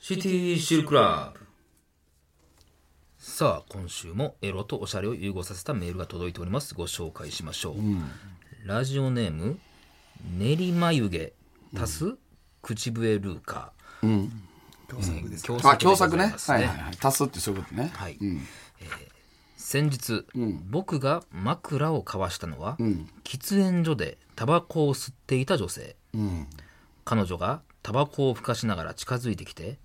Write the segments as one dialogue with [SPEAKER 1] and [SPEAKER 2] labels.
[SPEAKER 1] シティシルクラブ。さあ、今週もエロとおしゃれを融合させたメールが届いております。ご紹介しましょう。ラジオネーム、練馬湯気、足す、口笛ルーカ
[SPEAKER 2] 共作です。
[SPEAKER 1] ー。
[SPEAKER 3] あ、共
[SPEAKER 1] でご
[SPEAKER 3] 作
[SPEAKER 1] ざい
[SPEAKER 3] ね。
[SPEAKER 1] ます
[SPEAKER 3] はいはいはい。足すってそういうことね。
[SPEAKER 1] はい、えー先日、僕が枕を交わしたのは、喫煙所でタバコを吸っていた女性、彼女がタバコをふかしながら近づいてきて、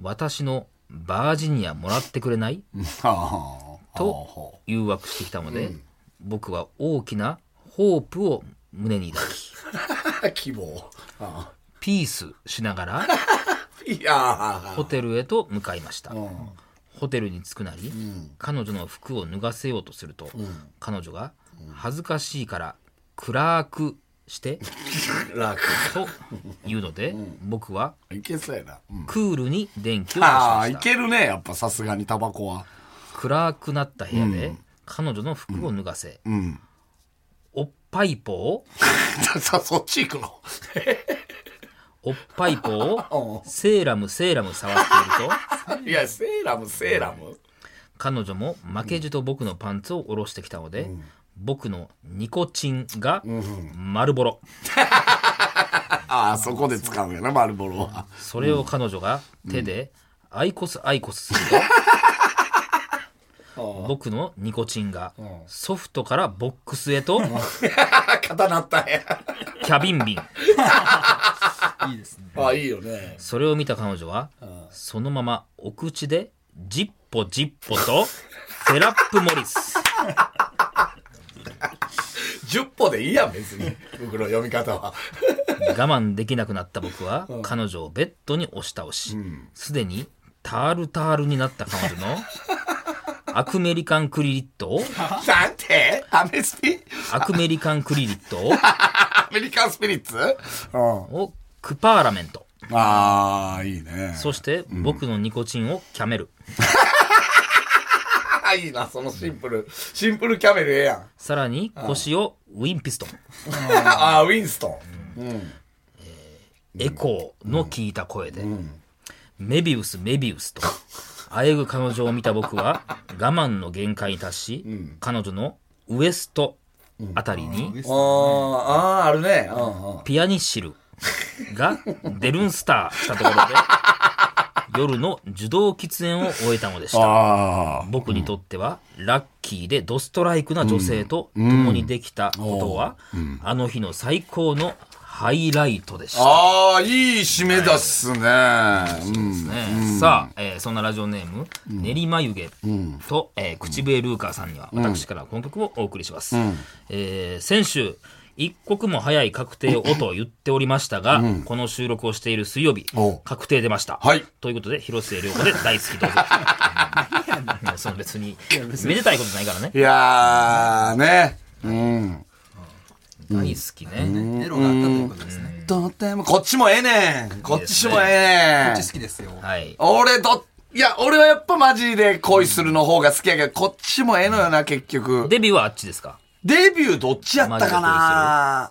[SPEAKER 1] 私のバージニアもらってくれない
[SPEAKER 3] はあ。
[SPEAKER 1] と誘惑してきたので、僕は大きなホープを胸に抱 き
[SPEAKER 3] 希望。あ
[SPEAKER 1] ピースしなが ら
[SPEAKER 3] あいやあ
[SPEAKER 1] ホテルへと向かいました、ホテルに着くなり、彼女の服を脱がせようとすると、彼女が恥ずかしいから暗く して
[SPEAKER 3] 楽。
[SPEAKER 1] と言うので、僕はい
[SPEAKER 3] けそうやな。うん
[SPEAKER 1] クールに電気を消し
[SPEAKER 3] あ
[SPEAKER 1] ま
[SPEAKER 3] あ、
[SPEAKER 1] し
[SPEAKER 3] い
[SPEAKER 1] た
[SPEAKER 3] けるね。やっぱさすがにタバコは。
[SPEAKER 1] 暗くなった部屋で、彼女の服を脱がせ、
[SPEAKER 3] ん
[SPEAKER 1] おっぱいぽを
[SPEAKER 3] さ、そっち行くの
[SPEAKER 1] おっぱいぽをセーラムセーラム触っていると
[SPEAKER 3] いや、セーラム、セーラム。
[SPEAKER 1] 彼女も負けじと僕のパンツを下ろしてきたので、僕のニコチンが丸ボロ、
[SPEAKER 3] ああ、そこで使うんやな、丸ボロは。
[SPEAKER 1] それを彼女が手でアイコスアイコスすると、僕のニコチンがソフトからボックスへと
[SPEAKER 3] 肩なったんや。
[SPEAKER 1] キャビンビン
[SPEAKER 2] いいですね。
[SPEAKER 3] ああ、いいよね。
[SPEAKER 1] それを見た彼女はそのままお口でジッポジッポと セラップモリス
[SPEAKER 3] 10歩でいいやん、別 に。僕の読み方 は。
[SPEAKER 1] 我慢できなくなった僕は彼女をベッドに押し倒しすで、にタールタールになった彼女のアクメリカンクリリットを
[SPEAKER 3] なんてアメスピ
[SPEAKER 1] アクメリカンクリリット
[SPEAKER 3] アメリカンスピリッツうん。
[SPEAKER 1] ををクパーラメント
[SPEAKER 3] ああ、いいね。
[SPEAKER 1] そして僕のニコチンをキャメル
[SPEAKER 3] ああ、いいな、そのシンプル。シンプルキャメルええやん。
[SPEAKER 1] さらに腰をウィンピストン
[SPEAKER 3] ああ、ウィンストン。
[SPEAKER 1] エコーの聞いた声で、メビウスメビウスとあえぐ彼女を見た僕は我慢の限界に達し、彼女のウエストあたりに、
[SPEAKER 3] ああ、ああ、あるね。うんうん。
[SPEAKER 1] ピアニッシルがデルンスターしたところで、夜の受動喫煙を終えたのでした。
[SPEAKER 3] ああ。
[SPEAKER 1] 僕にとっては、ラッキーでドストライクな女性と共にできたことは、あの日の最高のハイライトでした。
[SPEAKER 3] ああ、いい締めだっすね。うん。
[SPEAKER 1] ねさあ、えーそんなラジオネーム、練馬湯気と、えー口笛ルーカーさんには私からこの曲をお送りします、えー先週一刻も早い確定をと言っておりましたが、この収録をしている水曜日
[SPEAKER 3] おう
[SPEAKER 1] 確定出ました、
[SPEAKER 3] はい
[SPEAKER 1] ということで広末涼子で大好きどうぞ うんその別にめでたいことないからね
[SPEAKER 3] いやー、ね。うん。
[SPEAKER 1] 大好きね
[SPEAKER 2] エロがあったということですね。
[SPEAKER 3] とても、こっちもええねん。こっちもええ
[SPEAKER 2] こっ
[SPEAKER 3] ねん
[SPEAKER 2] ち好。きですよ。
[SPEAKER 1] はい
[SPEAKER 3] 俺ど、いや、俺はやっぱマジで恋するの方が好きやけど、こっちもええのよな、結局。
[SPEAKER 1] デビューはあっちですか
[SPEAKER 3] デビューどっちやったかな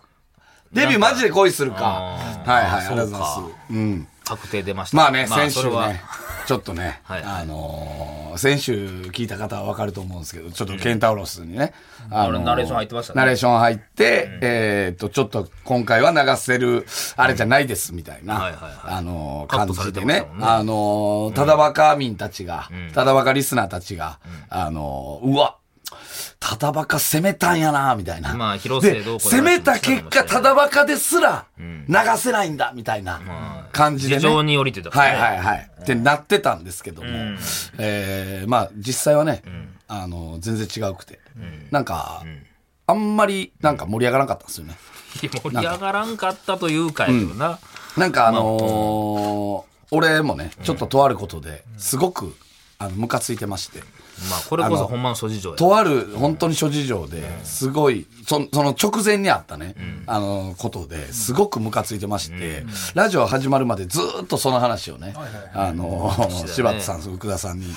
[SPEAKER 3] デビューマジで恋するか。
[SPEAKER 1] あー
[SPEAKER 3] はいはい、
[SPEAKER 1] あ
[SPEAKER 3] あ
[SPEAKER 1] そう
[SPEAKER 3] り
[SPEAKER 1] か
[SPEAKER 3] がとうございます。うん。
[SPEAKER 1] 確定出ました
[SPEAKER 3] まあね、先
[SPEAKER 1] そ
[SPEAKER 3] 週
[SPEAKER 1] れは
[SPEAKER 3] ね、 ちょっとね、
[SPEAKER 1] はい
[SPEAKER 3] あのー先週聞いた方はわかると思うんですけど、ちょっとケンタウロスにね、あの
[SPEAKER 1] あれナレーション入ってましたね
[SPEAKER 3] ナレーション入って、えーっと、ちょっと今回は流せる、あれじゃないです、みたい
[SPEAKER 1] はい
[SPEAKER 3] な
[SPEAKER 1] はい、はい
[SPEAKER 3] あのー
[SPEAKER 1] カッ
[SPEAKER 3] 感
[SPEAKER 1] トされ
[SPEAKER 3] じ
[SPEAKER 1] て
[SPEAKER 3] で
[SPEAKER 1] ました
[SPEAKER 3] ね
[SPEAKER 1] もんね、
[SPEAKER 3] あのーただバカ民たちが、ただバカリスナーたちが、あのーうわ、ただバカ攻めたんやな、みたいな。
[SPEAKER 1] まあ広末
[SPEAKER 3] で、
[SPEAKER 1] どうこう
[SPEAKER 3] 攻めた結果、ただバカですら、
[SPEAKER 1] ん
[SPEAKER 3] 流せないんだ、みたいな感じで
[SPEAKER 1] 事
[SPEAKER 3] ね。
[SPEAKER 1] 情によりというとこ
[SPEAKER 3] は
[SPEAKER 1] ね
[SPEAKER 3] いはいはい。ってなってたんですけども、えーまあ実際はね、あの、全然違うくて、なんか、あんまりなんか盛り上がらなかったんですよね。
[SPEAKER 1] いや 盛り上がらんかったというかやけどな、
[SPEAKER 3] なんかあのー俺もね、ちょっととあることですごく、あの、ムカついてまして、
[SPEAKER 1] まあこれこそほんまの諸事情や
[SPEAKER 3] とある本当に諸事情ですごい、そその直前にあったね、あの、ことですごくムカついてまして、ラジオ始まるまでずーっとその話をね、あの、柴田さん、福田さんに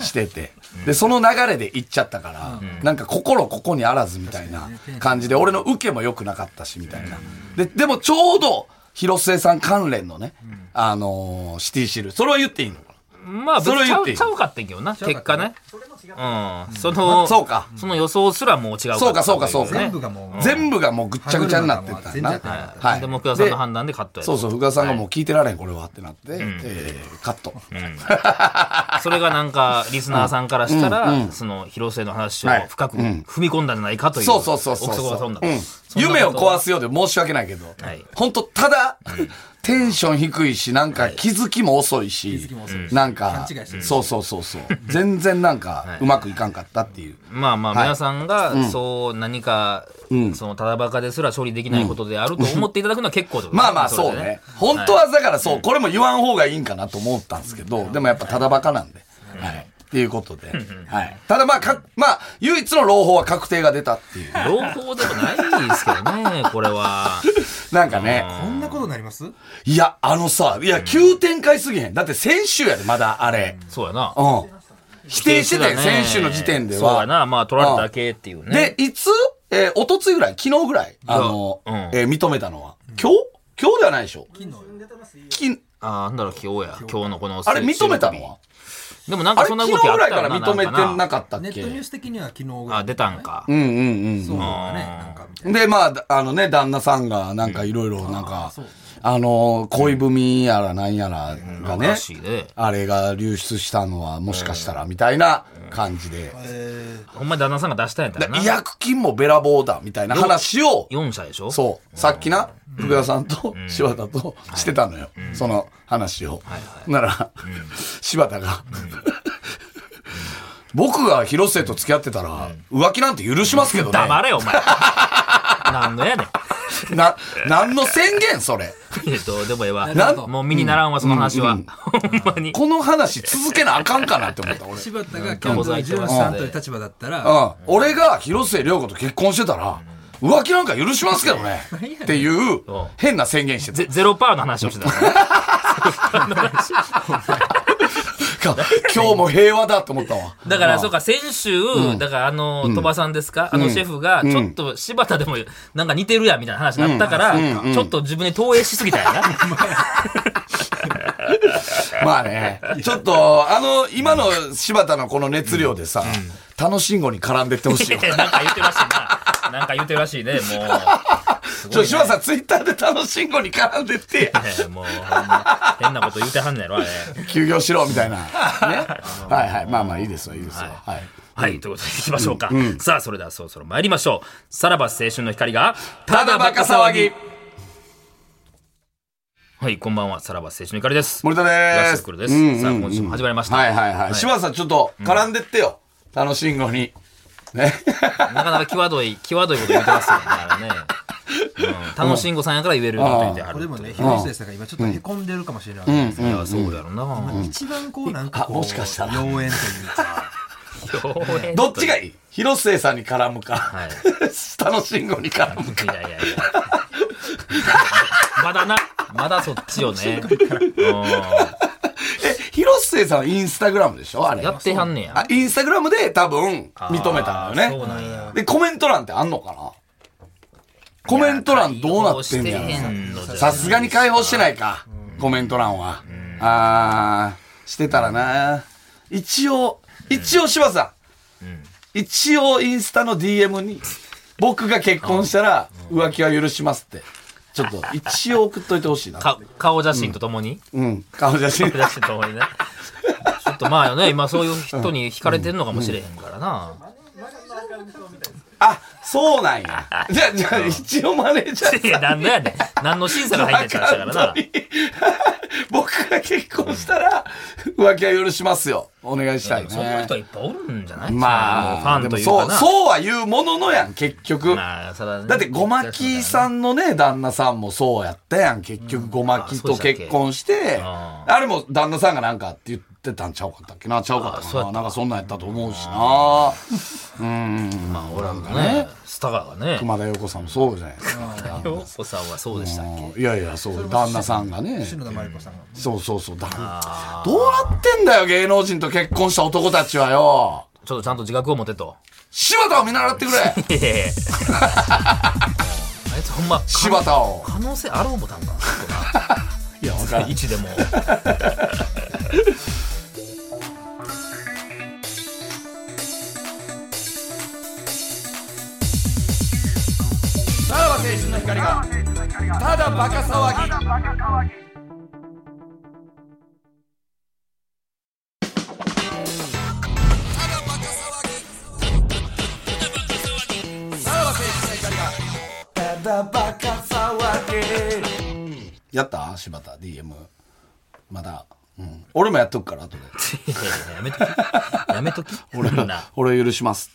[SPEAKER 3] してて、で、その流れで行っちゃったから、なんか心ここにあらずみたいな感じで、俺の受けも良くなかったし、みたいな。で、でもちょうど、広末さん関連のね、あのーシティシールそれは言っていいのか
[SPEAKER 1] まあ別
[SPEAKER 3] それを
[SPEAKER 1] にち
[SPEAKER 3] 言
[SPEAKER 1] ゃ
[SPEAKER 3] っ
[SPEAKER 1] う
[SPEAKER 3] ていい
[SPEAKER 1] ちゃうかったんやけどな結果ねうんその
[SPEAKER 3] あそうか
[SPEAKER 1] その予想すらもう違うかった
[SPEAKER 3] そうかそうかそうか
[SPEAKER 1] ね
[SPEAKER 2] 全部がもう
[SPEAKER 3] 全部がもうぐっちゃぐちゃになってた
[SPEAKER 2] 全
[SPEAKER 3] な、
[SPEAKER 2] 然やってなか
[SPEAKER 1] はいでも福田さんの判断でカットや
[SPEAKER 3] そう
[SPEAKER 1] そ
[SPEAKER 3] そう福田さんがもう聞いてられんこれはってなって、えーカット、
[SPEAKER 1] それがなんかリスナーさんからしたらその広末の話を
[SPEAKER 3] はい
[SPEAKER 1] 深く踏み込んだんじゃないかという
[SPEAKER 3] そうそうそうそう
[SPEAKER 1] 憶測が
[SPEAKER 3] そ
[SPEAKER 1] 飛
[SPEAKER 3] うん
[SPEAKER 1] だ
[SPEAKER 3] うん夢を壊すようで申し訳ないけど、
[SPEAKER 1] はい
[SPEAKER 3] 本当ただ、テンション低いしなんか気づきも遅いし、
[SPEAKER 2] づきも遅いし
[SPEAKER 3] なんか
[SPEAKER 2] 勘違いしてる
[SPEAKER 3] そうそうそうそう全然なんかうまくいかんかったっていう、
[SPEAKER 1] まあまあ
[SPEAKER 3] はい
[SPEAKER 1] 皆さんがそう何かそのただバカですら処理できないことであると思っていただくのは結構でござい
[SPEAKER 3] まあ
[SPEAKER 1] す
[SPEAKER 3] まあそう
[SPEAKER 1] れで
[SPEAKER 3] ね。本当はだからそう、これも言わん方がいいんかなと思ったんですけど、でもやっぱただバカなんで。はい。っていうことで。はい。ただまあ、か、まあ、唯一の朗報は確定が出たって いう。
[SPEAKER 1] 朗報でもないですけどねこれは
[SPEAKER 3] なんかね。
[SPEAKER 2] こんなことになります
[SPEAKER 3] いや、あのさ、いや、急展開すぎへん。だって先週やで、まだあれ。
[SPEAKER 1] そうやな
[SPEAKER 3] うん。否定してたよ、
[SPEAKER 1] ね
[SPEAKER 3] 先週の時点で
[SPEAKER 1] そうや
[SPEAKER 3] は。
[SPEAKER 1] なまあ取られただけっていうね
[SPEAKER 3] で、いつえー、おとついぐらい昨日ぐらいあの、
[SPEAKER 1] うん
[SPEAKER 3] えー認めたのは。今日今日ではないでしょ。き
[SPEAKER 1] ああ、なんだろう、今日や。今日のこの。
[SPEAKER 3] あれ認めたのは
[SPEAKER 1] でもなん
[SPEAKER 3] あ
[SPEAKER 1] か
[SPEAKER 3] れ
[SPEAKER 1] そん
[SPEAKER 3] 昨
[SPEAKER 1] な
[SPEAKER 3] 日
[SPEAKER 1] 動きあっ
[SPEAKER 3] ぐら
[SPEAKER 1] た
[SPEAKER 3] いから
[SPEAKER 1] よ
[SPEAKER 3] 認めてなかったっけ
[SPEAKER 2] ネットニュース的には昨日ぐらい
[SPEAKER 1] あ、出たんか
[SPEAKER 3] う。んうん
[SPEAKER 2] そううんだねなんかみたい
[SPEAKER 3] うん。で、まあだ、あのね、旦那さんが、なんかいろいろ、なんか、あの、恋文やらなんやらがね
[SPEAKER 1] ら、しいで。
[SPEAKER 3] あれが流出したのは、もしかしたら、みたいな感じで、
[SPEAKER 2] なえー
[SPEAKER 1] ほんまに旦那さんが出したんやったら
[SPEAKER 3] で
[SPEAKER 1] な。
[SPEAKER 3] 違約金もべらぼうだ、みたいな話を、
[SPEAKER 1] 4社でしょ
[SPEAKER 3] そう、さっきな、福田さんと柴田としてたのよ、その話を。なら、柴田が、僕が広末と付き合ってたら、浮気なんて許しますけどね。
[SPEAKER 1] 黙れよ、お前。 なんのやねん。
[SPEAKER 3] な、何の宣言それ。
[SPEAKER 1] えっと、でもええわ
[SPEAKER 2] なる。ほど
[SPEAKER 1] もう身にならんわ、その話は。 ほんまに。
[SPEAKER 3] この話続けなあかんかなって思った、俺。
[SPEAKER 2] 柴田がキャンドル・ジュンさんという立場だったら、
[SPEAKER 3] うん。俺が広末涼子と結婚してたら、浮気なんか許しますけどね。っていう
[SPEAKER 1] うん、
[SPEAKER 3] 変な宣言して
[SPEAKER 1] ゼゼロパーの話をしてたからね。
[SPEAKER 3] た。今日も平和だと思ったわ。
[SPEAKER 1] だから、そうか、先週、だから、あの、鳥羽さんですかあのシェフが、ちょっと柴田でも、なんか似てるやん、みたいな話になったから、ちょっと自分に投影しすぎたんや な。
[SPEAKER 3] まあね、ちょっと、あの、今の柴田のこの熱量でさ、楽しんごに絡んでってほ しいわ。
[SPEAKER 1] なんか言ってるらしいな。なんか言ってるらしいね、もう。す
[SPEAKER 3] ち
[SPEAKER 1] ごい
[SPEAKER 3] ょ、
[SPEAKER 1] ね
[SPEAKER 3] 柴田さん、ツイッターで楽しんごに絡んでって や。
[SPEAKER 1] ええもう、ほんま変なこと言うてはんねやろ、あれ。
[SPEAKER 3] 休業しろ、みたいな。ね。 はいはい。まあまあ、いいですよ、いいですよ。はい。
[SPEAKER 1] はい、ということで行きましょうか。さあ、それではそろそろ参りましょう。さらば青春の光が、
[SPEAKER 3] ただバカ騒ぎ。
[SPEAKER 1] はい、こんばんは、さらば青春の光です。
[SPEAKER 3] 森田
[SPEAKER 1] ラ
[SPEAKER 3] で
[SPEAKER 1] ッシ
[SPEAKER 3] す
[SPEAKER 1] ュ。クルです。さあ、今週も始まりました。
[SPEAKER 3] はいはいはい。柴田さん、ちょっと絡んでってよ。楽しんごに。 ね。
[SPEAKER 1] なかなか際どい、 際どいこと言ってますよね、あれね。うん、楽しんごさんやから言えること言っては
[SPEAKER 2] こ
[SPEAKER 1] る
[SPEAKER 2] れ
[SPEAKER 1] と
[SPEAKER 2] でもね、広末さんが今ちょっとへこんでるかもしれないわけですけ
[SPEAKER 1] いや、そうやろな。
[SPEAKER 2] ど、一番こうなんかこう、
[SPEAKER 3] あもしかしたら
[SPEAKER 2] 妖艶というか、
[SPEAKER 1] 表現
[SPEAKER 3] どっちがいい広末さんに絡むか、
[SPEAKER 1] い
[SPEAKER 3] 楽しんごに絡む
[SPEAKER 1] い
[SPEAKER 3] か。
[SPEAKER 1] やいや いや。まだな、まだそっちよね。
[SPEAKER 3] え、広末さんはインスタグラムでしょあ
[SPEAKER 1] うん
[SPEAKER 3] れ。
[SPEAKER 1] やってはんねや
[SPEAKER 3] あ。、インスタグラムで多分認めたんだ
[SPEAKER 1] あーそう
[SPEAKER 3] よ
[SPEAKER 1] な
[SPEAKER 3] ね。
[SPEAKER 1] んや。
[SPEAKER 3] で、コメント欄ってあんのかなコメント欄どうなってんね
[SPEAKER 1] いや対応してへん
[SPEAKER 3] や
[SPEAKER 1] のじゃ
[SPEAKER 3] ろさすがに解放してないか。コメント欄は。あー、してたらな。一応、一応柴田さん。一応インスタの DM に、僕が結婚したら浮気は許しますって。ちょっと一応送っといてほしいな。
[SPEAKER 1] か顔写真ととも に、
[SPEAKER 3] うん。顔写真。
[SPEAKER 1] 顔写真とともにね。ちょっとまあよね、今そういう人に惹かれてんのかもしれへんから な。
[SPEAKER 3] あ、そうなんや。じゃあ、じゃあ、一応マネージャーさん
[SPEAKER 1] いや、なんのやねん。何の審査が入ってたからな。
[SPEAKER 3] 僕が結婚したら浮気は許しますよお願いしたい
[SPEAKER 1] そういう
[SPEAKER 3] ね
[SPEAKER 1] 人はいっぱいおるんじゃない
[SPEAKER 3] まあ
[SPEAKER 1] ファンという
[SPEAKER 3] でも
[SPEAKER 1] か
[SPEAKER 3] そう
[SPEAKER 1] な。
[SPEAKER 3] そうは言うもののやん結局だ
[SPEAKER 1] まあ、そらね
[SPEAKER 3] ってごまきさんのね旦那さんもそうやったやん結局ごまきと結婚して
[SPEAKER 1] あ
[SPEAKER 3] あれも旦那さんがなんかって言ってたんちゃうかったっけなちゃうかった
[SPEAKER 1] あ
[SPEAKER 3] か
[SPEAKER 1] そうやっ
[SPEAKER 3] ななんかそんなんやったと思うしな
[SPEAKER 1] まあ、おらんかね。スターがね。
[SPEAKER 3] 熊田曜子さんもそうじゃないですか
[SPEAKER 1] お子さんはそうでしたっけ
[SPEAKER 3] いやいやそう旦那さんがね
[SPEAKER 2] 篠田麻里子さんが。
[SPEAKER 3] そうそうそうだどうなってんだよ芸能人と結婚した男たちはよ
[SPEAKER 1] ちょっとちゃんと自覚を持てと。
[SPEAKER 3] 柴田を見習ってく
[SPEAKER 1] い
[SPEAKER 3] れ
[SPEAKER 1] やいやいやいつほんま
[SPEAKER 3] 柴田を
[SPEAKER 1] 可能性あろうもたんか
[SPEAKER 3] いやわか
[SPEAKER 1] な
[SPEAKER 3] らん
[SPEAKER 1] 位置でも
[SPEAKER 3] さらば青春の光がただバカ騒ぎやった柴田 DM まだ、うん、俺もやっとくから後で
[SPEAKER 1] いやいややめときやめとき
[SPEAKER 3] 俺
[SPEAKER 1] そんな
[SPEAKER 3] 俺許します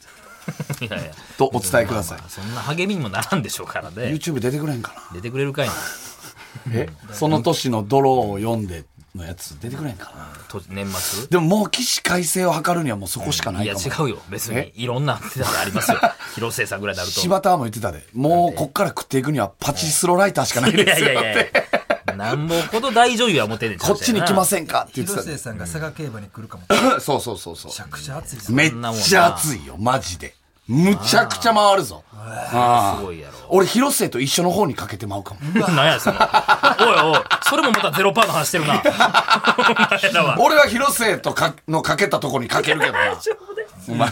[SPEAKER 1] いやいや
[SPEAKER 3] とお伝えください
[SPEAKER 1] まあまあそんな励みにもならんでしょうからね
[SPEAKER 3] YouTube 出てくれんかな
[SPEAKER 1] 出てくれるかいな
[SPEAKER 3] えその年のドローを読んでのやつ出てくれんかな
[SPEAKER 1] と年末
[SPEAKER 3] でももう起死回生を図るにはもうそこしかないい
[SPEAKER 1] や
[SPEAKER 3] かも、
[SPEAKER 1] 違うよ別に
[SPEAKER 3] え
[SPEAKER 1] いろんな手段あります よ広瀬さんぐらいになると
[SPEAKER 3] 柴田も言ってたでもうこっから食っていくにはパチスロライターしかない
[SPEAKER 1] い
[SPEAKER 3] で
[SPEAKER 1] や
[SPEAKER 3] す
[SPEAKER 1] い
[SPEAKER 3] よ
[SPEAKER 1] や
[SPEAKER 3] っ
[SPEAKER 1] いやいや
[SPEAKER 3] て
[SPEAKER 1] なんぼほど大女優はモテねえ
[SPEAKER 3] こっちに来ませ
[SPEAKER 1] ん
[SPEAKER 3] んかって言ってた
[SPEAKER 2] 広
[SPEAKER 3] で
[SPEAKER 2] 末さんが佐賀競馬に来るかもめ
[SPEAKER 3] そうそうそうそ
[SPEAKER 2] ちゃ
[SPEAKER 3] う
[SPEAKER 2] くちゃ熱いです
[SPEAKER 3] めっ
[SPEAKER 1] んなもんな
[SPEAKER 3] ちゃ熱いよマジでむちゃくちゃ回るぞああ
[SPEAKER 1] すごいやろ
[SPEAKER 3] 俺広末と一緒の方にかけてまうかも
[SPEAKER 1] なんやそのおいおいそれもまたゼロパーの話して るなお前らは
[SPEAKER 3] 俺は広末とかのかけたとこにかけるけどな 激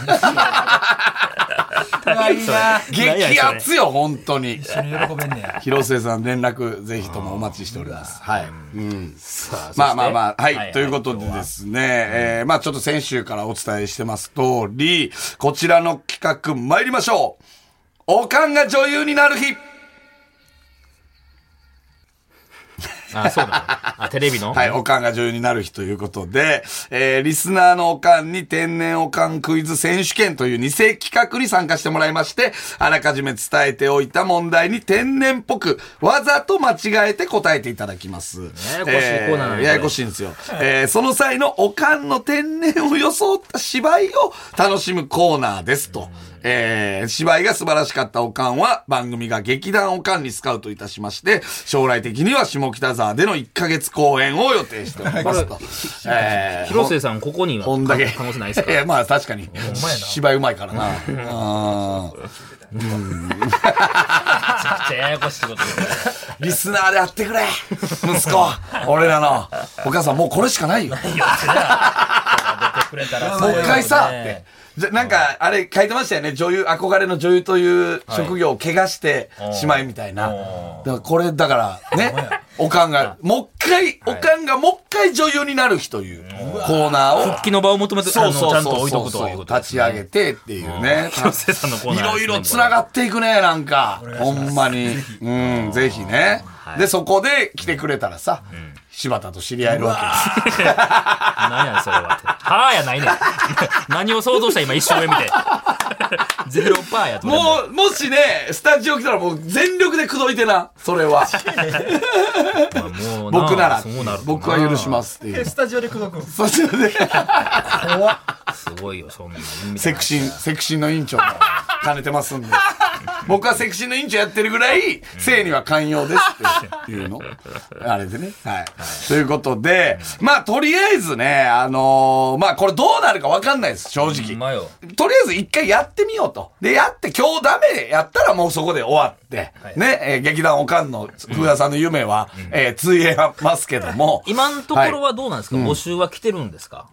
[SPEAKER 3] アツよ本当に
[SPEAKER 2] 一緒に喜べんねや
[SPEAKER 3] 広末さん連絡ぜひともお待ちしておりますはい、うん、ま
[SPEAKER 1] ま
[SPEAKER 3] あまあまあ、はい、という
[SPEAKER 1] と
[SPEAKER 3] ことでですね、えーまあちょっと先週からお伝えしてます通り、こちらの企画参りましょう。おかんが女優になる日
[SPEAKER 1] あそうなのあテレビの、
[SPEAKER 3] はい、おかんが女優になる日ということで、えーリスナーのおかんに天然おかんクイズ選手権という偽企画に参加してもらいまして、あらかじめ伝えておいた問題に天然っぽく、わざと間違えて答えていただきます。
[SPEAKER 1] ややこしいコーナーなのに
[SPEAKER 3] えややこしいんですよ。えーその際のおかんの天然を装った芝居を楽しむコーナーですと。えー芝居が素晴らしかったおかんは番組が劇団おかんにスカウトいたしまして、将来的には下北沢での1ヶ月公演を予定しておりますと。えー
[SPEAKER 1] 広末さんここには
[SPEAKER 3] こんだけ。
[SPEAKER 1] 可能性ないですか
[SPEAKER 3] いや、まあ確かに。芝居うまいからな。あー
[SPEAKER 1] めっちゃややこしいこと言うね
[SPEAKER 3] リスナーでやってくれ息子俺らの。お母さんもうこれしかないよ。
[SPEAKER 1] 出てくれたら
[SPEAKER 3] もう一回さ、
[SPEAKER 1] そうよ
[SPEAKER 3] って
[SPEAKER 1] ね。
[SPEAKER 3] じゃ、なんか、あれ書いてましたよね。女優、憧れの女優という職業を怪我してしまいみたいな。だからこれ、だから、ね、おかんが、もう一回、おかんがもう一回女優になる日というコーナーを。
[SPEAKER 1] 復帰の場を求めてあ
[SPEAKER 3] そう
[SPEAKER 1] の
[SPEAKER 3] そう
[SPEAKER 1] ち
[SPEAKER 3] そ
[SPEAKER 1] ゃ
[SPEAKER 3] うん
[SPEAKER 1] と
[SPEAKER 3] そう
[SPEAKER 1] 置いとく
[SPEAKER 3] そ
[SPEAKER 1] と
[SPEAKER 3] う
[SPEAKER 1] いうこと
[SPEAKER 3] 立ち上げてっていうね。
[SPEAKER 1] 広末さんのコーナー
[SPEAKER 3] い
[SPEAKER 1] ですね
[SPEAKER 3] ろいろつながっていくね、なんか。ほんまに。うん、ぜひね。で、そこで来てくれたらさ、柴田と知り合えるわけです。
[SPEAKER 1] 何やねんそれはってはあやないねん 何を想像した今一生目見て ゼロパーやと俺
[SPEAKER 3] もう、もしね、スタジオ来たらもう全力で口説いてな、それは。
[SPEAKER 1] ももう
[SPEAKER 3] 僕なら
[SPEAKER 1] そうなるとな、
[SPEAKER 3] 僕は許しますっていう。
[SPEAKER 2] スタジオで口説くん
[SPEAKER 3] そしてね、
[SPEAKER 1] すごいよそんな
[SPEAKER 3] セクシー、セクシーの委員長も兼ねてますんで。僕はセクシーの委員長やってるぐらい、性には寛容ですってい うの。あれでね。はい。ということで、まあ、とりあえずね、あのーまあ、これどうなるかわかんないです、正直。
[SPEAKER 1] ほんまよ
[SPEAKER 3] とりあえず一回やってみようと。で、やって、今日ダメやったらもうそこで終わって、
[SPEAKER 1] い
[SPEAKER 3] ね、えー劇団おかんの福田さんの夢は、えー、ついえますけども。
[SPEAKER 1] 今のところ
[SPEAKER 3] は
[SPEAKER 1] はどうなんですか、募集は来てるんですか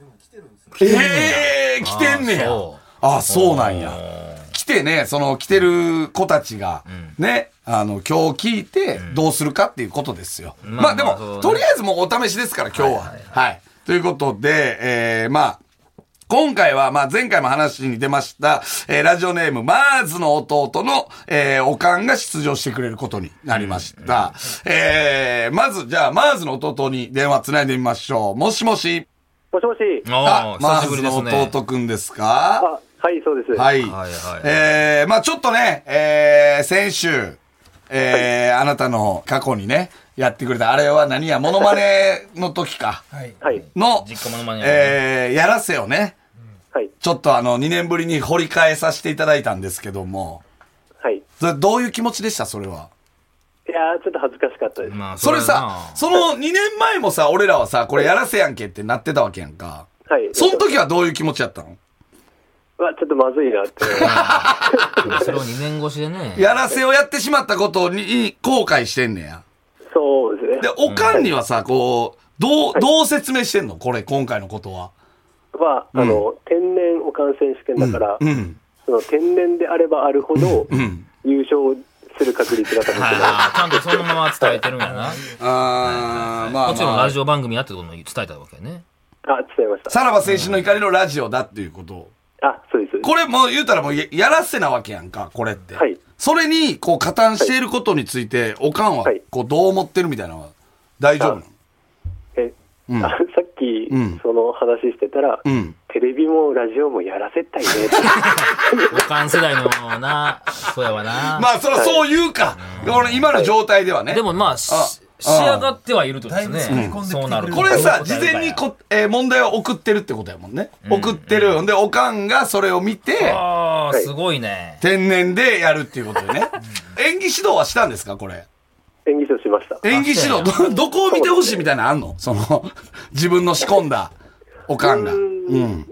[SPEAKER 3] い、えー、来てんね
[SPEAKER 1] あー
[SPEAKER 3] や
[SPEAKER 1] そ。
[SPEAKER 3] ああ、そうなんや。来てね、その来てる子たちが、ね、あの、今日聞いて、どうするかっていうことですよ。
[SPEAKER 1] ん
[SPEAKER 3] まあで
[SPEAKER 1] まあまあそう
[SPEAKER 3] も、
[SPEAKER 1] ね
[SPEAKER 3] とりあえずもうお試しですから、今日は。はいということで、えー、まあ、今回は、まあ、前回も話に出ました、えーラジオネーム、マーズの弟の、えーおかんが出場してくれることになりました。えー、まず、じゃあ、マーズの弟に電話つないでみましょう。もしもし。
[SPEAKER 4] もしもし。
[SPEAKER 1] ああ
[SPEAKER 3] マ
[SPEAKER 1] 久し
[SPEAKER 3] ー
[SPEAKER 1] ぶ
[SPEAKER 3] ズ
[SPEAKER 1] りで
[SPEAKER 3] の
[SPEAKER 1] すね
[SPEAKER 3] 弟くんですか
[SPEAKER 4] あ、はい、そうです。
[SPEAKER 3] はい。
[SPEAKER 1] はいはい
[SPEAKER 3] えー、まあちょっとね、えー、先週、えーあなたの過去にね、やってくれた、あれは何や、モノマネの時か、
[SPEAKER 2] はい
[SPEAKER 4] はい。
[SPEAKER 3] の、
[SPEAKER 1] 実家モノマネやね
[SPEAKER 3] えー、やらせをね、
[SPEAKER 4] はい。
[SPEAKER 3] ちょっとあの、2年ぶりに掘り返させていただいたんですけども、
[SPEAKER 4] はい。い
[SPEAKER 3] それどういう気持ちでした、それは。
[SPEAKER 4] やー、ちょっと恥ずかしかったです。
[SPEAKER 1] まあ
[SPEAKER 3] それ
[SPEAKER 1] はな
[SPEAKER 3] さ、その2年前もさ、俺らはさ、これやらせやんけってなってたわけやんか。
[SPEAKER 4] はい。
[SPEAKER 3] その時はどういう気持ちやったの
[SPEAKER 4] わ、ちょっとまずいな って。
[SPEAKER 1] それを2年越しでね、
[SPEAKER 3] やらせをやってしまったことに後悔してんねや。
[SPEAKER 4] そうですね
[SPEAKER 3] で。、おかんにはさ、こう、どう、どう説明してんのこれ、今回のことは。
[SPEAKER 4] は、あの、天然おかん選手権だから、
[SPEAKER 3] うん。
[SPEAKER 4] その天然であればあるほど、
[SPEAKER 3] ん
[SPEAKER 4] 優勝する確率が高くな
[SPEAKER 1] あーちゃんとそのまま伝えてるん やな。
[SPEAKER 3] あー、まあ、まあ。
[SPEAKER 1] もちろんラジオ番組やってことも伝えたわけよね。
[SPEAKER 4] る。あ、伝えました。
[SPEAKER 3] さらば青春の怒りのラジオだっていうことを。
[SPEAKER 4] あ、そうです。
[SPEAKER 3] これもう言うたらもうややらせなわけやんか、これって。
[SPEAKER 4] はい
[SPEAKER 3] それに、こう、加担していることについて、おかんは
[SPEAKER 4] はい、
[SPEAKER 3] こう、どう思ってるみたいなのは、大丈夫なの
[SPEAKER 4] え、あさっき、
[SPEAKER 3] うん
[SPEAKER 4] その話してたら、
[SPEAKER 3] ん
[SPEAKER 4] テレビもラジオもやらせたいねって。
[SPEAKER 1] おかん世代の な、そうやわな。
[SPEAKER 3] まあ、そりゃそう言うか。この今の状態ではね。
[SPEAKER 1] でもまあ、し
[SPEAKER 3] あ
[SPEAKER 1] 仕上がってはいるってことです
[SPEAKER 2] だい
[SPEAKER 1] ね
[SPEAKER 2] ぶ。突っ込んできてくれる
[SPEAKER 1] そうなると
[SPEAKER 3] これさ、事前にこ、えー問題を送ってるってことやもんね。送ってる。んで、おかんがそれを見て、
[SPEAKER 1] ああ、
[SPEAKER 4] はい
[SPEAKER 1] すごいね。
[SPEAKER 3] 天然でやるっていうことでね。演技指導はしたんですか、これ。
[SPEAKER 4] 演技賞しました。
[SPEAKER 3] 演技指導、ど、 どこを見てほしいみたいなのあんのその、 自分の仕込んだ、おかんが。うん。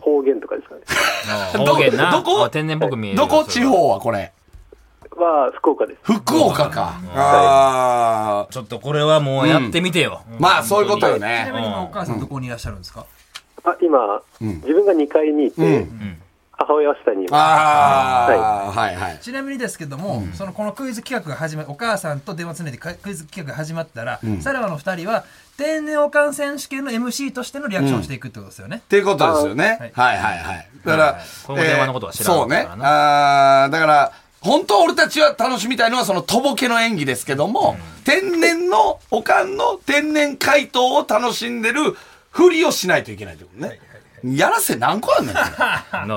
[SPEAKER 4] 方言とかですかね。
[SPEAKER 1] 方言な。
[SPEAKER 3] どこ
[SPEAKER 1] あ天然っぽく見える。
[SPEAKER 3] どこ地方はこれ
[SPEAKER 4] は、福岡です。
[SPEAKER 3] 福岡か。あ
[SPEAKER 1] ちょっとこれはもうやってみてよ。
[SPEAKER 3] あ。まあ、そういうことよ
[SPEAKER 2] ちなみ
[SPEAKER 3] ね。
[SPEAKER 2] に今お母さんどこにいらっしゃるんですか
[SPEAKER 4] あ、今、自分が2階にいて、母親は下にいます。
[SPEAKER 3] ああ、はいはい。
[SPEAKER 2] ちなみにですけども、そのこのクイズ企画が始まお母さんと電話つないでかクイズ企画が始まったら、さらばの2人は天然おかん選手権の MC としてのリアクションをしていくってことですよね
[SPEAKER 3] っ、ていうことですよね。はいはいはい。だから、
[SPEAKER 1] この電話のことは知らん
[SPEAKER 3] え
[SPEAKER 1] か
[SPEAKER 3] ーそう
[SPEAKER 1] っ
[SPEAKER 3] ね
[SPEAKER 1] た。からな
[SPEAKER 3] ああ、だから、本当俺たちは楽しみたいのはそのとぼけの演技ですけども、天然の、おかんの天然回答を楽しんでるふりをしないといけないってことね。やらせ何個あんねん。
[SPEAKER 1] な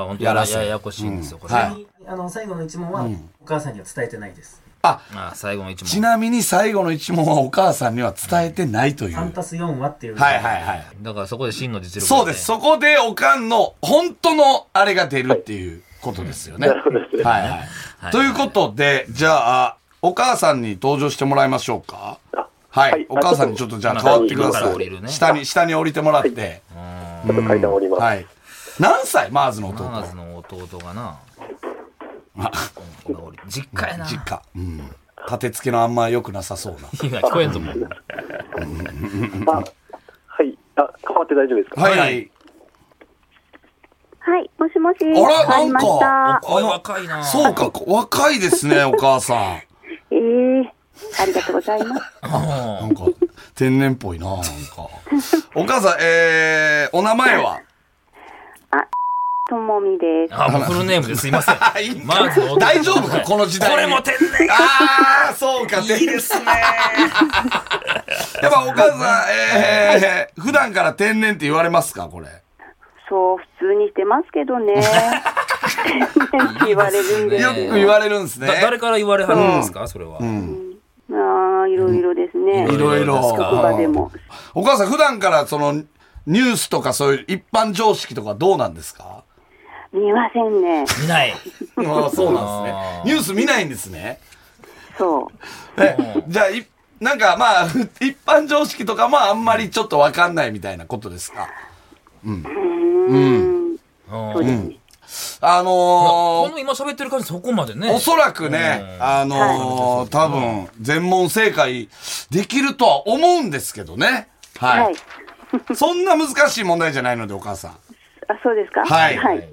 [SPEAKER 1] 本当
[SPEAKER 3] やら
[SPEAKER 1] に
[SPEAKER 3] せ
[SPEAKER 1] ややこしいんですよ、これ。
[SPEAKER 3] はい。
[SPEAKER 5] あの最後の一問は、お母さんには伝えてないです。
[SPEAKER 1] あ最後の一
[SPEAKER 3] ち
[SPEAKER 1] 問。
[SPEAKER 3] なみに最後の一問はお母さんには伝えてないという。は
[SPEAKER 5] 3
[SPEAKER 3] い
[SPEAKER 5] たす4はっていう。
[SPEAKER 3] はいはい。
[SPEAKER 1] だからそこで真の実力
[SPEAKER 3] そうです。
[SPEAKER 1] ね。
[SPEAKER 3] そこでおかんの本当のあれが出るっていうことですよね。はいはい。ということで、じゃあ、お母さんに登場してもらいましょうか。
[SPEAKER 4] あ
[SPEAKER 3] はい。
[SPEAKER 4] はい
[SPEAKER 3] お母さんにちょっとじゃあ変わってくださ
[SPEAKER 1] まあ下に降りる
[SPEAKER 3] い。
[SPEAKER 1] ね
[SPEAKER 3] 下に、下に降りてもらって。
[SPEAKER 4] ちょっと階段降ります。
[SPEAKER 3] はい。何歳マーズの弟。
[SPEAKER 1] マーズの弟がな。うん実家やな。
[SPEAKER 3] 実家。うん。立て付けのあんま良くなさそうな。
[SPEAKER 1] 今聞こえんぞ、もう。
[SPEAKER 4] あ、はい。あ、変わって大丈夫ですか
[SPEAKER 3] はいはい。
[SPEAKER 6] はい、もしもし。
[SPEAKER 3] あら、
[SPEAKER 6] わか
[SPEAKER 3] な
[SPEAKER 6] り
[SPEAKER 3] ん
[SPEAKER 6] ました
[SPEAKER 3] か。、
[SPEAKER 1] 声若いな。
[SPEAKER 3] そうか、若いです ね、お母さん。
[SPEAKER 6] ええありがとうございます。
[SPEAKER 3] なんか、天然っぽいな、なん か。お母さん、えー、お名前は
[SPEAKER 6] ともみです。
[SPEAKER 1] あ、もうフルネームですいません。
[SPEAKER 3] い
[SPEAKER 1] マーズの弟
[SPEAKER 3] 大丈夫かこの時代に
[SPEAKER 1] これも天然
[SPEAKER 3] あー、そうか、いいですね。 やっぱお母さん、えー、普段から天然って言われますかこれ。
[SPEAKER 6] そう、普通にしてますけどね。って言われるんで。
[SPEAKER 3] よく言われるんですね。
[SPEAKER 1] だ誰から言われはるんですか、それは。
[SPEAKER 6] ああ、いろいろですね。
[SPEAKER 3] いろいろ。
[SPEAKER 6] 職場でも。
[SPEAKER 3] お母さん、普段からその、ニュースとかそういう一般常識とかどうなんですか
[SPEAKER 6] 見ませんね。
[SPEAKER 1] 見ない。
[SPEAKER 3] ああ、そうなんですね
[SPEAKER 1] あ。ー
[SPEAKER 3] ニュース見ないんですね。
[SPEAKER 6] そ
[SPEAKER 3] えじゃあ、いなんかまあ、ふ一般常識とかもあんまりちょっとわかんないみたいなことですか。
[SPEAKER 6] う。うーん。そうですね。
[SPEAKER 3] あ
[SPEAKER 1] こ
[SPEAKER 3] の
[SPEAKER 1] の今喋ってる感じそこまでね。
[SPEAKER 3] ー、 おそらくね、あのー、多分、全問正解できるとは思うんですけどね。は
[SPEAKER 6] はい
[SPEAKER 3] い。。そんな難しい問題じゃないので、お母さん。
[SPEAKER 6] あ、そうですか。
[SPEAKER 3] はい
[SPEAKER 6] はい。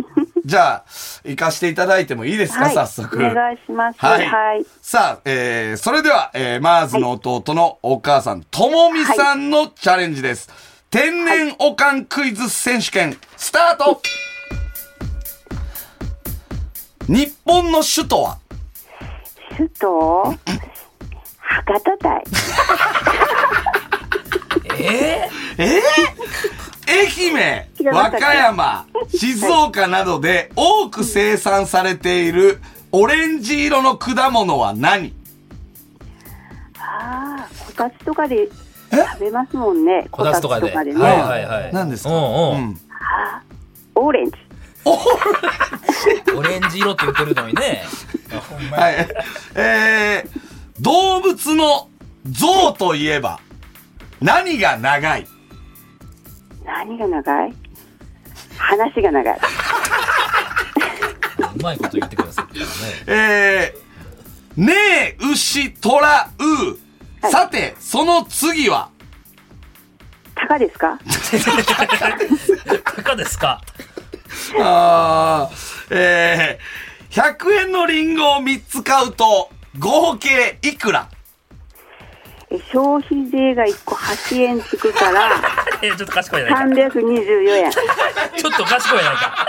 [SPEAKER 3] じゃあ、行かしていただいてもいいですか、
[SPEAKER 6] はい
[SPEAKER 3] 早速。
[SPEAKER 6] お願いしますはい
[SPEAKER 3] さあ、えー、それでは、えー、マーズの弟のお母さん、ともみさんのチャレンジです。天然おかんクイズ選手権、スタート日本の首都は
[SPEAKER 6] 首都。博多台。
[SPEAKER 3] えー、愛媛、和歌山、静岡などで多く生産されているオレンジ色の果物は何
[SPEAKER 6] ああ、こたつとかで。食べますもんね。
[SPEAKER 1] こたつとかで。はい
[SPEAKER 6] ね。
[SPEAKER 1] はいはい。
[SPEAKER 3] 何ですか
[SPEAKER 1] おうおう
[SPEAKER 3] うん
[SPEAKER 6] オレンジ。
[SPEAKER 1] オレンジ色って言ってるのにね。
[SPEAKER 3] はい。えー、動物の象といえば、何が長い
[SPEAKER 6] 何が長い話が長い。
[SPEAKER 1] まいこと言ってくださってるからね。
[SPEAKER 3] えー、ねえ、牛、虎、う。さて、その次は、
[SPEAKER 6] タカですか
[SPEAKER 1] いかがですか
[SPEAKER 3] あーえー、100円のリンゴを3つ買うと、合計いくら
[SPEAKER 6] え消費税が1個8円つくから、
[SPEAKER 1] え、ちょっと賢いじゃないか。
[SPEAKER 6] 324円。
[SPEAKER 1] ちょっと賢いじゃないか。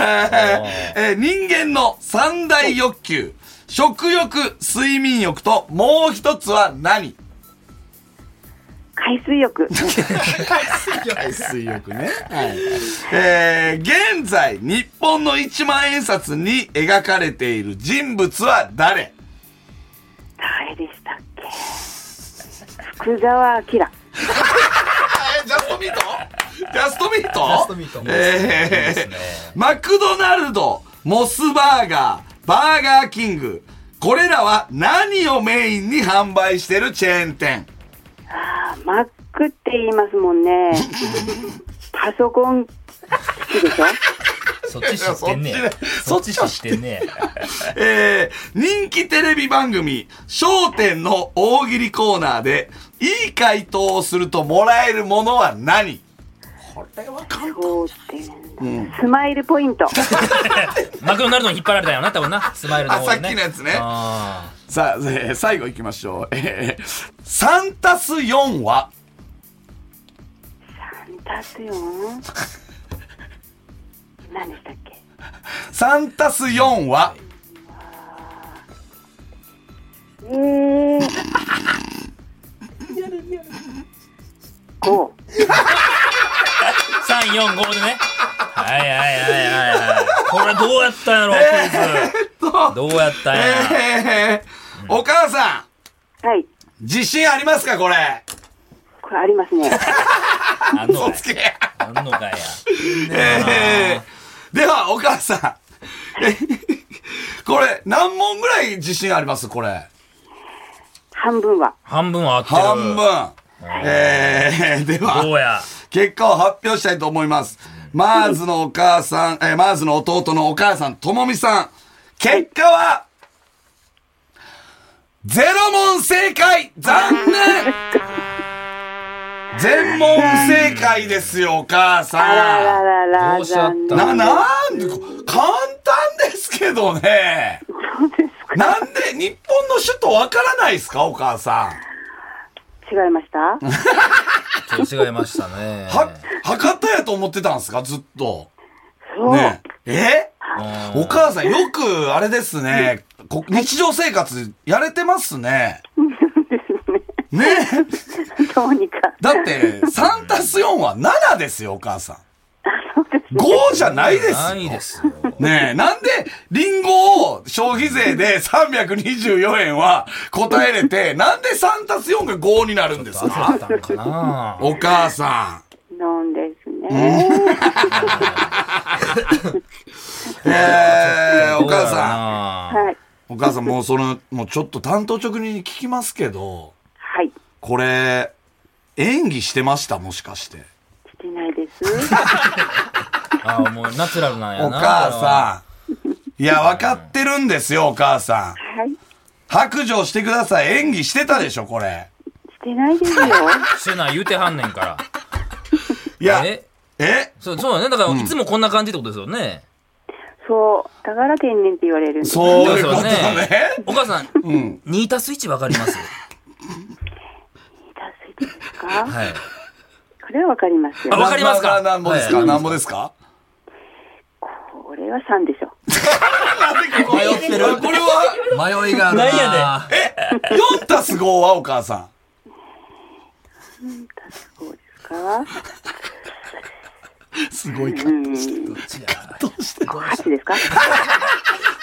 [SPEAKER 3] えーえー人間の三大欲求。食欲、睡眠欲と、もう一つは何
[SPEAKER 6] 海水浴。
[SPEAKER 3] 海水浴ね。はい。えー、現在、日本の一万円札に描かれている人物は誰
[SPEAKER 6] 誰でしたっけ福沢明。
[SPEAKER 3] え、ジャストミートジャストミートジャ
[SPEAKER 2] ストミート
[SPEAKER 3] えー、マクドナルド、モスバーガー、バーガーキング。これらは何をメインに販売してるチェーン店
[SPEAKER 6] あマックって言いますもんね。パソコン機器でしょ
[SPEAKER 1] そっち知ってんねや
[SPEAKER 3] そ
[SPEAKER 1] そ
[SPEAKER 3] っ
[SPEAKER 1] っ
[SPEAKER 3] ち
[SPEAKER 1] ち
[SPEAKER 3] だ
[SPEAKER 1] 知ってんねや
[SPEAKER 3] えー、人気テレビ番組、笑点の大喜利コーナーで、いい回答をするともらえるものは何
[SPEAKER 6] そうって、スマイルポイント。
[SPEAKER 1] マクドナルドに引っ張られたよな、多分な。スマイルの方
[SPEAKER 3] あさっきのやつね
[SPEAKER 1] あ
[SPEAKER 3] さあ、えー最後行きましょう。えー、3たす4は、
[SPEAKER 6] 足すよ。何でしたっけ
[SPEAKER 3] 3たす4は、
[SPEAKER 6] えー。
[SPEAKER 1] ー3、4、5でね。
[SPEAKER 6] 五。
[SPEAKER 1] はいはいはいはいはい。これどうやったんやろ、クイズ。どうやったんや。
[SPEAKER 3] えー、お母さ
[SPEAKER 6] はい。
[SPEAKER 3] ん、自信ありますかこれ。
[SPEAKER 6] これありますね。
[SPEAKER 1] あんのか
[SPEAKER 3] 嘘
[SPEAKER 1] い
[SPEAKER 3] つ。け。
[SPEAKER 1] あんのかいや。
[SPEAKER 3] えー、では、お母さん。えーこれ、何問ぐらい自信ありますこれ。
[SPEAKER 6] 半分は。
[SPEAKER 1] 半分は合ってる。
[SPEAKER 3] 半分。えー、で は。
[SPEAKER 1] どうや。
[SPEAKER 3] 結果を発表したいと思います。マーズのお母さん、えーマーズの弟のお母さん、ともみさん。結果は、ゼロ問正解残念全問不正解ですよ、お母
[SPEAKER 6] あらら
[SPEAKER 3] さ
[SPEAKER 6] らら
[SPEAKER 1] どうしちゃった
[SPEAKER 6] 残
[SPEAKER 3] ん。
[SPEAKER 6] 念
[SPEAKER 3] な、なんで、簡単ですけどね。
[SPEAKER 6] そうですか。
[SPEAKER 3] なんで、日本の首都わからないですか、お母さん。
[SPEAKER 6] 違いました
[SPEAKER 1] ちょっと違いましたね。
[SPEAKER 3] は、博多やと思ってたんですか、ずっと。
[SPEAKER 6] そう。
[SPEAKER 3] ねえ。えお母さん、よく、あれですね、こ日常生活、やれてますね。ねえ。
[SPEAKER 6] どうにか。
[SPEAKER 3] だって、3たす4は7ですよ、お母さん。5じゃないです
[SPEAKER 1] な
[SPEAKER 3] よ。
[SPEAKER 1] いですよ。
[SPEAKER 3] ねえ、なんで、リンゴを消費税で324円は答えれて、なんで3たす4が5になるんですか
[SPEAKER 1] あったのかな。
[SPEAKER 3] お母さん。
[SPEAKER 6] なんですね。
[SPEAKER 3] ええ、お母さ
[SPEAKER 1] さ
[SPEAKER 3] ん。
[SPEAKER 6] はい。
[SPEAKER 3] お母さん、もうその、もうちょっと担当直入に聞きますけど、
[SPEAKER 6] はい。
[SPEAKER 3] これ、演技してましたもしかして。
[SPEAKER 6] してないです。
[SPEAKER 1] ああ、もうナチュラルなんやな。
[SPEAKER 3] お母さん。いや、分かってるんですよ、お母さん。
[SPEAKER 6] はい。
[SPEAKER 3] 白状してください。演技してたでしょ、これ。
[SPEAKER 6] してないですよ。
[SPEAKER 1] ん。してない言うてはんねんから。
[SPEAKER 3] いや、え
[SPEAKER 1] えそう、そうだね。だから、いつもこんな感じってことですよね。
[SPEAKER 6] そう。だから天然って言われるんです。
[SPEAKER 3] そういうこと
[SPEAKER 1] ですよ
[SPEAKER 3] ね。
[SPEAKER 1] お母さん、2たす1わかり ます。
[SPEAKER 6] 出すですか
[SPEAKER 1] はい。
[SPEAKER 6] これはわかりますよ
[SPEAKER 1] あ。わかりますか
[SPEAKER 3] なななんぼですか、
[SPEAKER 1] はい
[SPEAKER 3] なんぼですか
[SPEAKER 6] これは3でしょ。
[SPEAKER 2] 迷ってる
[SPEAKER 3] これは、
[SPEAKER 2] 迷いがあるな
[SPEAKER 1] なんや
[SPEAKER 2] ね
[SPEAKER 3] 4たす5は、お母さん。
[SPEAKER 6] そうですか
[SPEAKER 3] すごいか。
[SPEAKER 6] ?8 ですか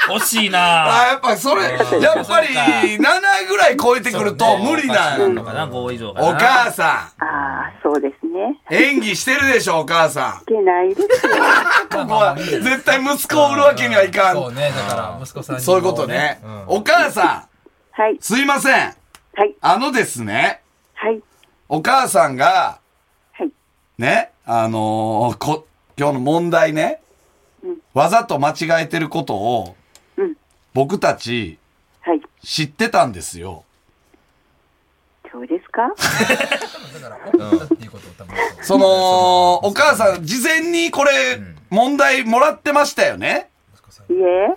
[SPEAKER 1] 惜しいな
[SPEAKER 3] あ、やっぱそれ、やっぱり、7ぐらい超えてくると無理な
[SPEAKER 1] なんのかな、5以上かな。
[SPEAKER 3] お母さ
[SPEAKER 6] ああ、そうですね。
[SPEAKER 3] ん、演技してるでしょ、お母さん。
[SPEAKER 6] いけないですよ。
[SPEAKER 3] ここは絶対息子を売るわけにはいかん。
[SPEAKER 2] そうねだから息子さんにも
[SPEAKER 3] そういうことね。
[SPEAKER 2] うん
[SPEAKER 3] お母さ
[SPEAKER 6] はい
[SPEAKER 3] ん、。すいません。
[SPEAKER 6] はい。
[SPEAKER 3] あのですね、
[SPEAKER 6] はい。
[SPEAKER 3] お母さんが、
[SPEAKER 6] はい。
[SPEAKER 3] ね、あのーこ、今日の問題ね、わざと間違えてることを
[SPEAKER 6] うん。
[SPEAKER 3] 僕たち
[SPEAKER 6] はい。
[SPEAKER 3] 知ってたんですよ。
[SPEAKER 6] そうですか
[SPEAKER 2] だから、怒ったっていうことを多分。
[SPEAKER 3] その、お母さん、事前にこれ、問題もらってましたよ ね
[SPEAKER 6] いいえ。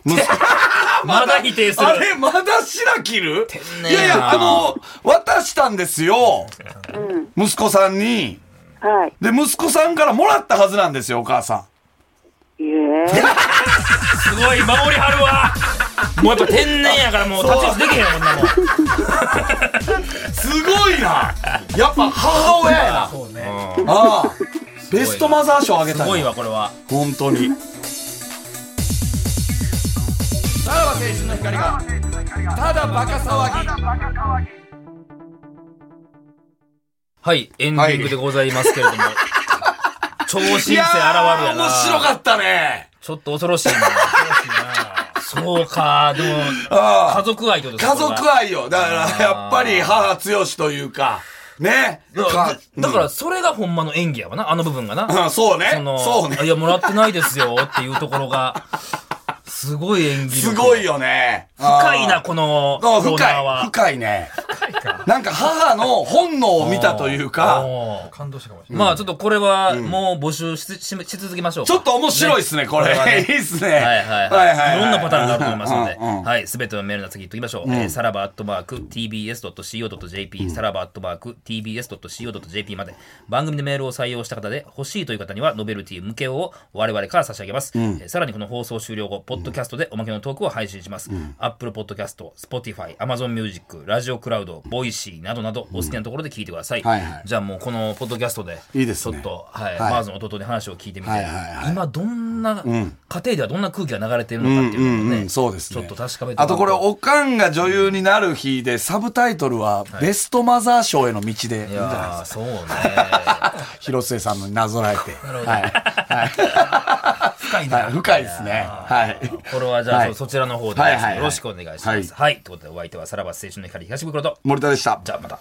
[SPEAKER 1] まだ否定する
[SPEAKER 3] あれ、まだ白切る
[SPEAKER 1] 然
[SPEAKER 3] い
[SPEAKER 1] やな
[SPEAKER 3] やいや、あの、渡したんですよ。
[SPEAKER 6] うん。
[SPEAKER 3] 息子さんに。
[SPEAKER 6] はい。
[SPEAKER 3] で、息子さんからもらったはずなんですよ、お母さ
[SPEAKER 6] いいえ。
[SPEAKER 1] すごい守りはるわもうやっぱ天然やからもう立ち位置できへんよこんなもん
[SPEAKER 3] ん。すごい なやっぱ母親やな。
[SPEAKER 2] そうね。
[SPEAKER 3] ああ。ベストマザー賞あげ
[SPEAKER 1] す
[SPEAKER 3] た
[SPEAKER 1] ご
[SPEAKER 3] い
[SPEAKER 1] い
[SPEAKER 3] よ。
[SPEAKER 1] わこれは
[SPEAKER 3] 本当に。さらば青春の光が、ただバカ騒ぎ。
[SPEAKER 1] はいエンディングでございますけれども、超新星現るや
[SPEAKER 3] いー
[SPEAKER 1] な
[SPEAKER 3] 面白かったね。
[SPEAKER 1] ちょっと恐ろしいなそうかでも
[SPEAKER 3] ああ
[SPEAKER 1] 家族愛ってことですか
[SPEAKER 3] 家
[SPEAKER 1] これは
[SPEAKER 3] 族愛よ。だから、やっぱり母強しというか、ね。
[SPEAKER 1] だから
[SPEAKER 3] か
[SPEAKER 1] だから、それがほんまの演技やわなあの部分がな
[SPEAKER 3] うんうんそうね
[SPEAKER 1] そ。の
[SPEAKER 3] そう
[SPEAKER 1] い
[SPEAKER 3] ね。
[SPEAKER 1] やもらってないですよっていうところがすごい演技力
[SPEAKER 3] すごいよね。
[SPEAKER 1] 深い
[SPEAKER 3] あ
[SPEAKER 1] な
[SPEAKER 3] ー
[SPEAKER 1] このコ
[SPEAKER 3] あ
[SPEAKER 1] ーナー
[SPEAKER 3] 深い。
[SPEAKER 1] は
[SPEAKER 3] 深いね。なんか母の本能を見たという
[SPEAKER 1] お
[SPEAKER 3] か、
[SPEAKER 1] ー
[SPEAKER 2] 感動したかもしれない。
[SPEAKER 1] まあちょっとこれはもう募集し,、しし続けましょうか
[SPEAKER 3] ちょっと面白いですね、これ。
[SPEAKER 1] はね
[SPEAKER 3] いいっすね。
[SPEAKER 1] はいはいはい。いろんなパターンがあると思いますので、
[SPEAKER 3] うんうんうん
[SPEAKER 1] はい、すべてのメールの先言っときましょう。えーさらばアットマーク tbs.co.jp、さらばアットマーク tbs.co.jp まで、番組でメールを採用した方で欲しいという方には、ノベルティ向けを我々から差し上げます。えーさらにこの放送終了後、ポッドキャストでおまけのトークを配信します。Apple Podcast、Spotify、Amazon Music、ラジオクラウド、ボイシーなどなど、お好きなところで聞いてください。
[SPEAKER 3] はいはい
[SPEAKER 1] じゃあもうこのポッドキャストで、
[SPEAKER 3] いいですね
[SPEAKER 1] ちょっと、はい、
[SPEAKER 3] はい
[SPEAKER 1] マーズの弟に話を聞いてみて、
[SPEAKER 3] はいはいはい
[SPEAKER 1] 今どんな、
[SPEAKER 3] ん
[SPEAKER 1] 家庭ではどんな空気が流れてる
[SPEAKER 3] う
[SPEAKER 1] のか
[SPEAKER 3] ん
[SPEAKER 1] っていううのを
[SPEAKER 3] ん
[SPEAKER 1] ね、
[SPEAKER 3] うん、そうですね。
[SPEAKER 1] ちょっと確かめて
[SPEAKER 3] あとこれ、
[SPEAKER 1] お
[SPEAKER 3] おかんが女優になる日で、サブタイトルは、ベストマザー賞への道で、いいん
[SPEAKER 1] い
[SPEAKER 3] じゃないです
[SPEAKER 1] やー
[SPEAKER 3] か。
[SPEAKER 1] そうね
[SPEAKER 3] 広末さんのになぞらえて。
[SPEAKER 2] 深い
[SPEAKER 3] はい、
[SPEAKER 2] な。
[SPEAKER 3] 深いですね。はい。
[SPEAKER 1] これはじゃあ、
[SPEAKER 3] はい
[SPEAKER 1] そちらの方で、
[SPEAKER 3] はいはいはい
[SPEAKER 1] よろしくお願いします
[SPEAKER 3] は
[SPEAKER 1] はいい、ということでお相手はさらば青春の光東袋と
[SPEAKER 3] 森田でした。
[SPEAKER 1] じゃあまた